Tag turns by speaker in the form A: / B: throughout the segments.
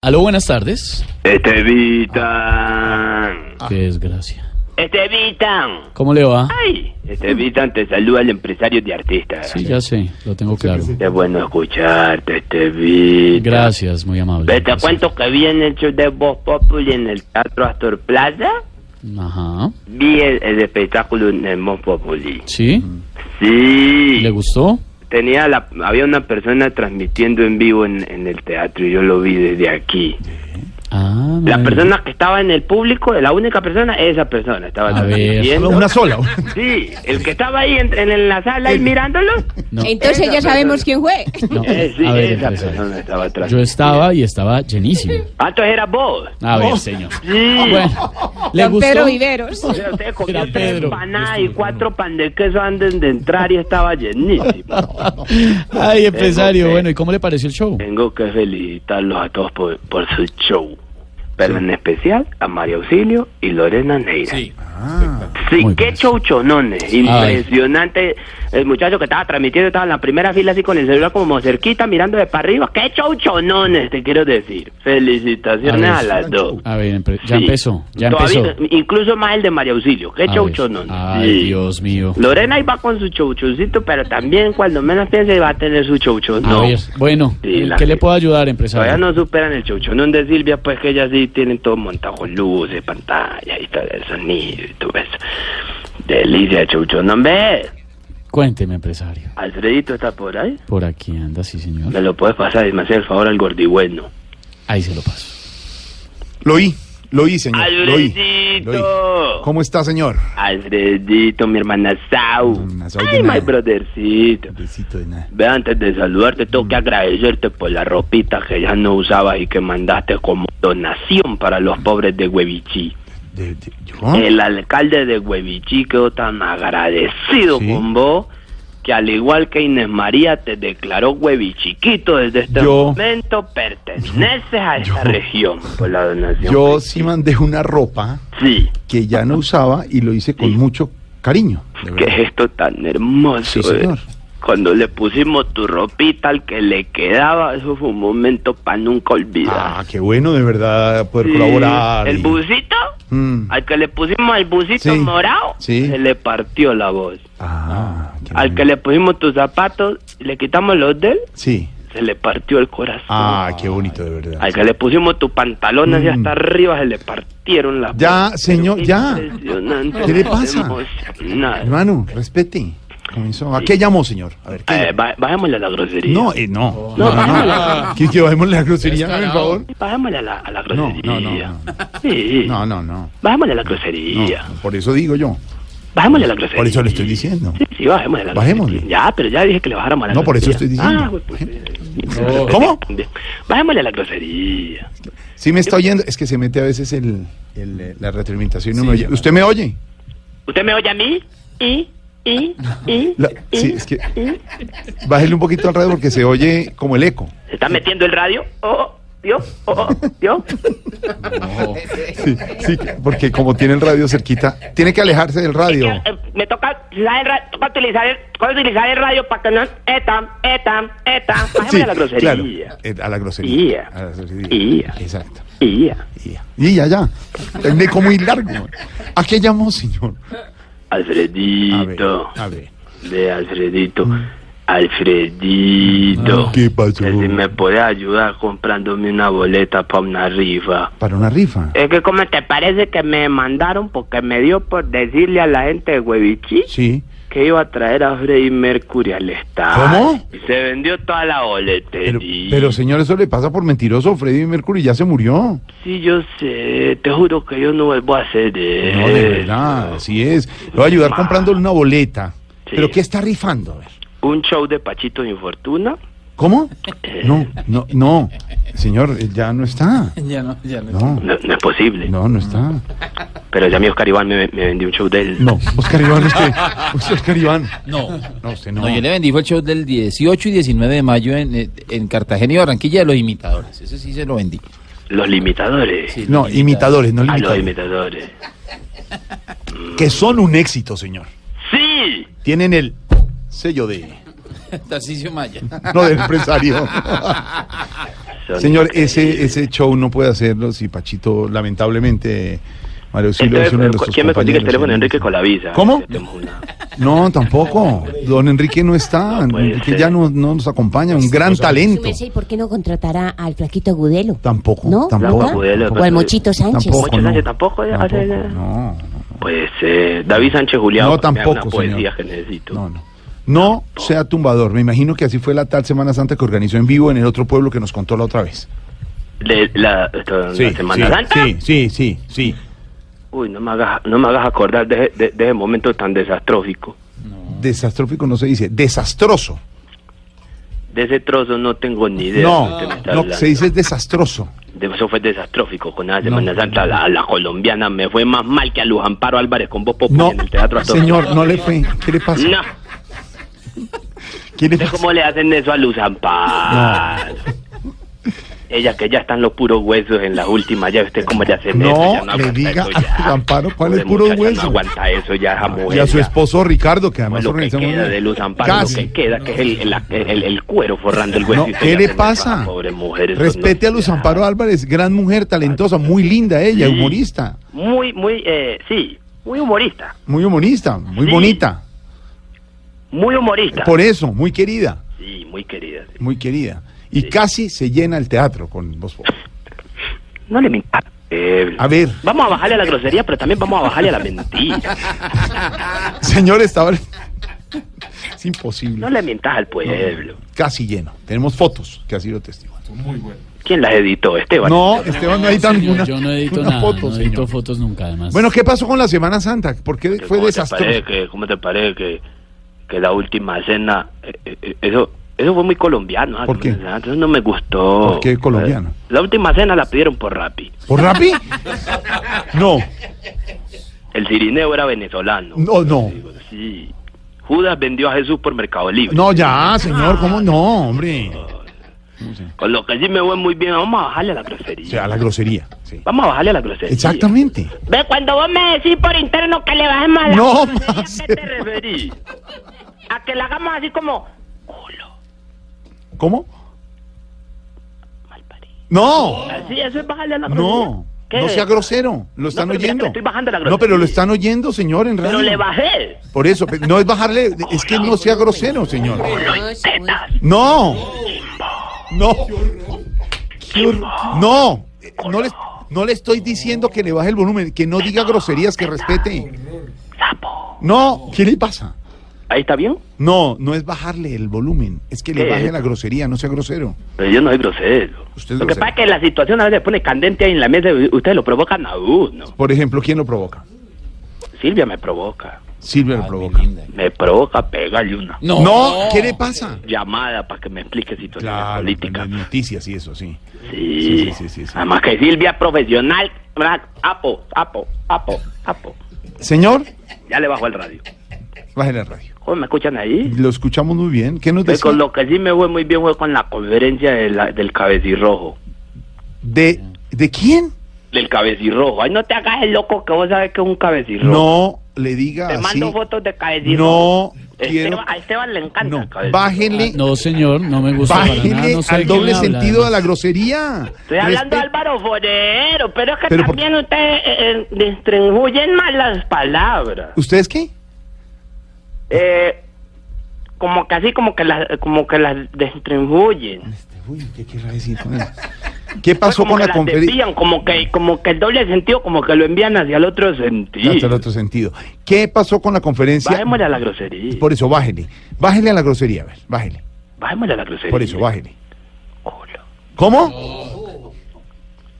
A: Aló, buenas tardes.
B: Estevitan.
A: Qué desgracia.
B: Estevitan.
A: ¿Cómo le va?
B: Ay, Estevitan te saluda el empresario de artistas.
A: Sí, ya sé, lo tengo claro.
B: Qué bueno escucharte, Estevitan.
A: Gracias, muy amable.
B: ¿Te
A: Gracias.
B: cuento que vi en el show de Voz Populi en el Teatro Astor Plaza?
A: Ajá.
B: Vi el, el espectáculo en el Voz Populi.
A: ¿Sí?
B: Sí.
A: ¿Le gustó?
B: Tenía la, había una persona transmitiendo en vivo en, en el teatro y yo lo vi desde aquí.
A: Ah, no
B: La
A: me-
B: persona que estaba en el público, la única persona, esa persona estaba
A: A ver.
B: transmitiendo.
C: Una sola.
B: Sí, el que estaba ahí en, en- en la sala y mirándolo.
A: No,
D: Entonces ya sabemos quién fue.
A: no.
B: Eh, sí,
A: A ver,
B: esa
A: empresario.
B: persona estaba atrás.
A: Yo estaba y estaba llenísimo.
B: Ah, entonces era vos.
A: A ver, señor.
B: Sí.
A: ah, Bueno, ¿le
D: Don Pedro
A: gustó?
D: Viveros.
B: O sea, usted comió
A: Era
B: tres
A: Pedro.
B: empanadas y cuatro pan de queso antes de entrar y estaba llenísimo. Eh,
A: Ay, empresario,
B: Tengo que-
A: bueno, ¿y cómo le pareció el show?
B: Tengo que felicitarlos a todos por, por su show. Pero en especial a María Auxilio y Lorena Neira. Ah, Sí,
A: Muy
B: qué
A: bien.
B: chouchonones. Impresionante. El muchacho que estaba transmitiendo estaba en la primera fila así con el celular como cerquita mirando de para arriba. Qué chouchonones, te quiero decir. Felicitaciones
A: A
B: a,
A: ver,
B: las dos.
A: A ver, empre- ya
B: Sí.
A: empezó, ya
B: Todavía-
A: empezó.
B: Incluso más el de María Auxilio. Qué
A: A ver.
B: chouchonones.
A: Ay,
B: Sí.
A: Dios mío.
B: Lorena iba con su chouchoncito, pero también cuando menos piense va a tener su chouchón.
A: A ver, bueno, eh,
B: Sí, la-
A: ¿qué le puedo ayudar,
B: Todavía
A: empresario?
B: no superan el chouchonón de Silvia, pues que ellas sí tienen todo montado con luces, pantalla y todo el sonido y todo eso. Delicia de chouchonón, ve.
A: Cuénteme, empresario.
B: Alfredito está por ahí.
A: Por aquí anda, sí, señor.
B: Me lo puedes pasar y me hace el favor al gordigüeno.
A: Ahí se lo paso.
C: Lo oí, lo oí, señor. Lo oí.
B: Alfredito.
C: Lo oí. ¿Cómo está, señor?
B: Alfredito, mi hermana Sau.
C: Hermana Sau de
B: Ay, my
C: nada.
B: brothercito.
C: Besito de nada.
B: Ve, antes de saludarte, tengo que agradecerte por la ropita que ya no usabas y que mandaste como donación para los pobres de Huevichí.
C: De- de- ¿Yo?
B: El alcalde de Huevichí quedó tan agradecido
C: Sí.
B: con vos que al igual que Inés María te declaró Huevichiquito desde este
C: Yo-
B: momento perteneces a esta
C: Yo-
B: región por la donación.
C: Yo sí mandé una ropa
B: Sí,
C: que ya no usaba y lo hice con
B: Sí.
C: mucho cariño. de
B: qué
C: verdad.
B: es esto tan hermoso.
C: Sí, señor.
B: eh. Cuando le pusimos tu ropita al que le quedaba, eso fue un momento para nunca olvidar.
C: Ah, qué bueno de verdad poder
B: Sí,
C: colaborar.
B: El
C: y-
B: busito,
C: Mm.
B: al que le pusimos el busito
C: Sí,
B: morado,
C: sí.
B: se le partió la voz.
C: Ah, qué
B: Al
C: bueno.
B: que le pusimos tus zapatos y le quitamos los de él,
C: Sí.
B: se le partió el corazón.
C: Ah, qué bonito de verdad.
B: Al que le pusimos tu pantalón hacia
C: Mm.
B: hasta arriba, se le partieron las
C: Ya,
B: bolas.
C: señor,
B: Pero
C: ya.
B: impresionante,
C: ¿Qué le pasa?
B: emocionante.
C: Hermano, respete. Comenzó. ¿A qué llamó, señor? A ver, ¿qué
B: Eh,
C: llamó?
B: ba- bajémosle a la grosería.
C: No, eh, no.
B: No,
C: No, no, no. ¿Quieres que bajemos la grosería, por favor?
B: Bajémosle a la, a la
C: No,
B: grosería.
C: no, no. no.
B: Sí.
C: No, no, no.
B: Bajémosle a la
C: No,
B: grosería.
C: por eso digo yo.
B: Bajémosle a la grosería.
C: Por eso le estoy diciendo.
B: Pues Sí, sí, bajémosle a la
C: Bajémosle.
B: grosería. Ya, pero ya dije que le bajáramos a la
C: No, por eso
B: grosería.
C: estoy diciendo. ¿Eh?
B: Ah, pues, pues,
A: No.
C: ¿Cómo?
B: Bajémosle a la grosería.
C: Sí me está oyendo. Es que se mete a veces el, el, eh, la retroalimentación. y no me oye. ¿Usted me oye?
B: ¿Usted me oye a mí? ¿Y? ¿Y? ¿Y?
C: La- sí, es que... Bájele un poquito al radio porque se oye como el eco.
B: ¿Se está metiendo el radio? Oh, Dios, oh, oh, Dios.
C: Sí, sí, porque como tiene el radio cerquita, tiene que alejarse del radio.
B: Es que, eh, me toca utilizar el, ra- toca utilizar el, toca utilizar el radio para que no... Eta, eta, eta. Bajémosle
C: Sí,
B: a la
C: claro,
B: grosería.
C: eh, a la grosería.
B: Ia.
C: A la
B: Ia.
C: grosería. Exacto.
B: Y
C: Ia. Y ya, ya. Un eco muy largo. ¿A qué llamó, señor? A ver,
B: Alfredito.
C: a ver.
B: De Alfredito. Alfredito.
C: ¿Qué pasó?
B: Que si me puede ayudar comprándome una boleta para una rifa.
C: Para una rifa.
B: Es que como te parece que me mandaron porque me dio por decirle a la gente de Huevichi
C: Sí.
B: que iba a traer a Freddie Mercury al estado.
C: ¿Cómo?
B: Y se vendió toda la
C: Pero,
B: boletería.
C: pero, señor, eso le pasa por mentiroso. Freddie Mercury ya se murió.
B: Sí, yo sé, te juro que yo no vuelvo a hacer eso.
C: Eh, No, de verdad, así es. Lo va a ayudar comprándole una boleta.
B: Sí.
C: ¿Pero qué está rifando? A ver.
B: Un show de Pachito Infortuna
C: ¿Cómo? No, no, no. Señor, eh, ya no está.
E: Ya no, ya no.
C: No,
B: No, no es posible.
C: no, no está.
B: Pero ya mi Oscar Iván me, me vendió un show de él.
C: No, Oscar Iván, es que. Oscar Iván.
E: No.
C: No, usted no.
E: No, yo le vendí fue el show del 18 y 19 de mayo en, eh, en Cartagena y Barranquilla de los imitadores. Ese sí se lo vendí.
B: Los limitadores.
E: Sí,
C: No,
E: los
C: imitadores, Ah, no
B: A los
C: limitadores.
B: imitadores.
C: Que son un éxito, señor.
B: ¡Sí!
C: Tienen el sello de.
E: Tarcisio Maya.
C: No, del empresario.
B: Son
C: Señor,
B: increíbles.
C: ese, ese show no puede hacerlo si Pachito, lamentablemente, Mario
B: El
C: Silva es uno de
B: teléfono-
C: nuestros
B: eh, ¿Quién me consigue el
C: compañeros,
B: teléfono?
C: señor.
B: Enrique Colavisa.
C: ¿Cómo?
B: Tenemos una-
C: No, tampoco. Don Enrique no está.
B: No puede
C: Enrique
B: ser.
C: ya no, no nos acompaña. Un gran
F: Su
C: talento.
F: merced, ¿y por qué no contratará al flaquito Gudelo?
C: Tampoco,
F: ¿No?
C: tampoco.
F: ¿Verdad?
B: Gudelo,
F: O al
B: tampoco.
F: Mochito Sánchez.
C: Tampoco.
B: Mucho pues,
C: no.
B: Sánchez tampoco, eh, hace-
C: Tampoco, no,
B: Pues eh, David Sánchez Julián.
C: No,
B: pues, me da
C: tampoco,
B: Una poesía
C: señor.
B: que necesito.
C: no, no. No sea tumbador. Me imagino que así fue la tal Semana Santa que organizó en vivo en el otro pueblo que nos contó la otra vez.
B: De la, esto, la Semana
C: sí,
B: Santa.
C: sí, sí, sí, sí.
B: Uy, no me hagas, no me hagas acordar de, ese- de, de ese momento tan desastrófico.
C: Desastrófico no se dice, desastroso.
B: De ese trozo no tengo ni idea. de
C: No,
B: qué me está
C: no,
B: hablando.
C: se dice desastroso.
B: De- Eso fue desastrófico con la Semana
C: No.
B: Santa. La, la colombiana me fue más mal que a Luz Amparo Álvarez con Voz Populi
C: No,
B: en el Teatro Astor.
C: señor, no le fue. ¿Qué le pasa?
B: No.
C: ¿Qué le
B: ¿Usted
C: pasa?
B: cómo le hacen eso a Luz Amparo? Ella que ya están los puros huesos en la última, ya usted cómo ya se
C: No,
B: ya
C: le
B: aguanta
C: diga
B: eso ya.
C: a Luz Amparo, ¿cuál es
B: Pobre
C: puro
B: muchacha,
C: hueso?
B: No aguanta eso ya esa mujer.
C: Ah, Y a su
B: ya.
C: esposo Ricardo, que
B: Pues
C: además
B: lo que
C: organizamos.
B: queda de Luz Amparo,
C: Casi.
B: lo que queda, que es el, la- el- el cuero forrando el hueso.
C: No,
B: y usted
C: ¿Qué
B: ya
C: le
B: se me
C: pasa?
B: baja, Pobre mujer. eso
C: Respete
B: no-
C: a Luz
B: ya.
C: Amparo Álvarez, gran mujer, talentosa, muy linda ella,
B: Sí.
C: humorista,
B: Muy, muy, eh, sí, muy humorista.
C: muy humorista, muy
B: Sí.
C: bonita.
B: Muy humorista.
C: Por e- eso, muy querida,
B: Sí, muy querida. sí.
C: muy querida. Y casi se llena el teatro con vos.
B: No le mintas. Eh,
C: A ver,
B: Vamos a bajarle a la grosería, pero también vamos a bajarle a la mentira.
C: señor, estaba. Es imposible.
B: No le mientas al pueblo.
C: Casi lleno. Tenemos fotos que así lo testiguan.
B: ¿Quién las editó? Esteban.
C: No, Esteban, no hay tan
A: Señor,
C: ninguna.
A: yo no edito
C: una
A: nada,
C: foto,
A: no edito
C: señor.
A: fotos nunca, además.
C: Bueno, ¿qué pasó con la Semana Santa? ¿Por qué fue
B: ¿Cómo
C: desastroso?
B: Te parece que, ¿Cómo te parece que, que la última cena, eh, eh, eso, eso fue muy colombiano? ah,
C: ¿Por qué?
B: Eso no me gustó. Ah,
C: ¿Por qué colombiano?
B: La última cena la pidieron por Rappi.
C: ¿Por Rappi? No,
B: El cirineo era venezolano.
C: no, no.
B: Sí. Judas vendió a Jesús por Mercado Libre.
C: No, ya, señor, ¿cómo no, hombre?
B: Con lo que sí me voy muy bien, vamos a bajarle a la
C: O
B: grosería.
C: sea, la grosería. sí.
B: Vamos a bajarle a la grosería.
C: Exactamente.
B: Ve, cuando vos me decís por interno que le bajemos a la
C: No,
B: grosería,
C: más.
B: ¿a qué te referís? A que la hagamos así como culo,
C: ¿Cómo?
B: malparido.
C: No,
B: Así, eso es bajarle a la grosería.
C: no.
B: ¿Qué?
C: No sea grosero. Lo están
B: pero mira que
C: oyendo.
B: le estoy bajando la
C: No, pero lo
B: grosería.
C: están oyendo, señor, en
B: Pero le
C: realidad.
B: bajé.
C: Por eso, pe- no es bajarle, es que no sea grosero, señor.
F: No, sí, muy-
C: No. No. Qué hor- No. Eh, No le, no le estoy diciendo que le baje el volumen, que no diga groserías, que respete. No. ¿Qué le pasa?
B: Ahí está bien.
C: No, no es bajarle el volumen, es que le
B: ¿Qué?
C: baje la grosería, no sea grosero.
B: Pero yo no soy grosero.
C: Usted es
B: lo que
C: grosero.
B: pasa es que la situación a veces se pone candente ahí en la mesa y ustedes lo provocan a uno.
C: Por ejemplo, ¿quién lo provoca?
B: Silvia me provoca.
C: Silvia
E: Ah,
C: lo
E: mi
C: provoca.
E: linda.
B: Me provoca pegarle una
E: No.
C: No, ¿qué le pasa?
B: llamada para que me explique situaciones
C: Claro,
B: políticas.
C: las noticias y eso, sí.
B: Sí.
C: Sí, sí, sí, sí, sí.
B: Además que Silvia es profesional. ¿verdad? Apo, apo, apo, apo.
C: Señor,
B: Ya le bajo el radio.
C: baje la radio.
B: ¿Cómo me escuchan ahí?
C: Lo escuchamos muy bien. ¿Qué nos
B: Pues
C: decía?
B: con lo que sí me fue muy bien fue con la conferencia de la- del cabecirrojo.
C: ¿De, ¿De quién?
B: Del cabecirrojo. Ay, no te hagas el loco que vos sabes que es un cabecirrojo.
C: No le diga
B: Te
C: así.
B: mando fotos de
C: No
B: cabecirrojo.
C: quiero-
B: Esteban, a Esteban le encanta
C: No,
B: el cabecirrojo.
A: Ah,
C: bájenle,
A: no, señor, no me gusta para nada.
C: bájenle
A: No sé de
C: al
A: qué
C: doble
A: habla,
C: sentido de
A: además.
C: la grosería.
B: Estoy hablando de
C: Respe-
B: Álvaro Forero, pero es que
C: Pero por-
B: también ustedes eh, eh, distribuyen mal las palabras.
C: ¿Ustedes qué?
B: Eh, como que así, como que las, como que las distribuyen.
C: Uy, ¿qué querrá decir con eso? ¿Qué pasó
B: Como
C: con
B: que
C: la
B: las
C: conferencia?
B: desvían, como que, como que el doble sentido, como que lo envían hacia el otro sentido.
C: Hasta el otro sentido. ¿Qué pasó con la conferencia?
B: Bajémosle a la grosería.
C: Por eso, bájele. Bájele a la grosería, a ver, bájele.
B: Bajémosle a la grosería.
C: Por eso, bájele.
B: Culo,
C: ¿Cómo?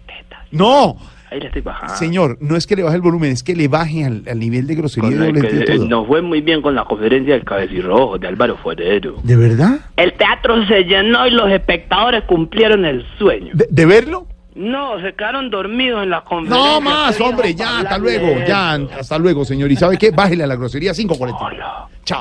B: tetas.
C: No,
B: Ahí le estoy bajando.
C: Señor, no es que le baje el volumen, es que le baje al, al nivel de grosería.
B: Con
C: yo
B: el
C: le
B: que-
C: entiendo todo.
B: nos fue muy bien con la conferencia del cabecirrojo de Álvaro Forero.
C: ¿De verdad?
B: El teatro se llenó y los espectadores cumplieron el sueño.
C: ¿De, de verlo?
B: No, se quedaron dormidos en la conferencia.
C: No más,
B: Teníamos
C: hombre,
B: que
C: ya, hasta
B: hablar de
C: luego, ya,
B: eso.
C: hasta luego, señor. ¿Y sabe qué? Bájele a la grosería 540.
B: Hola.
C: Chao.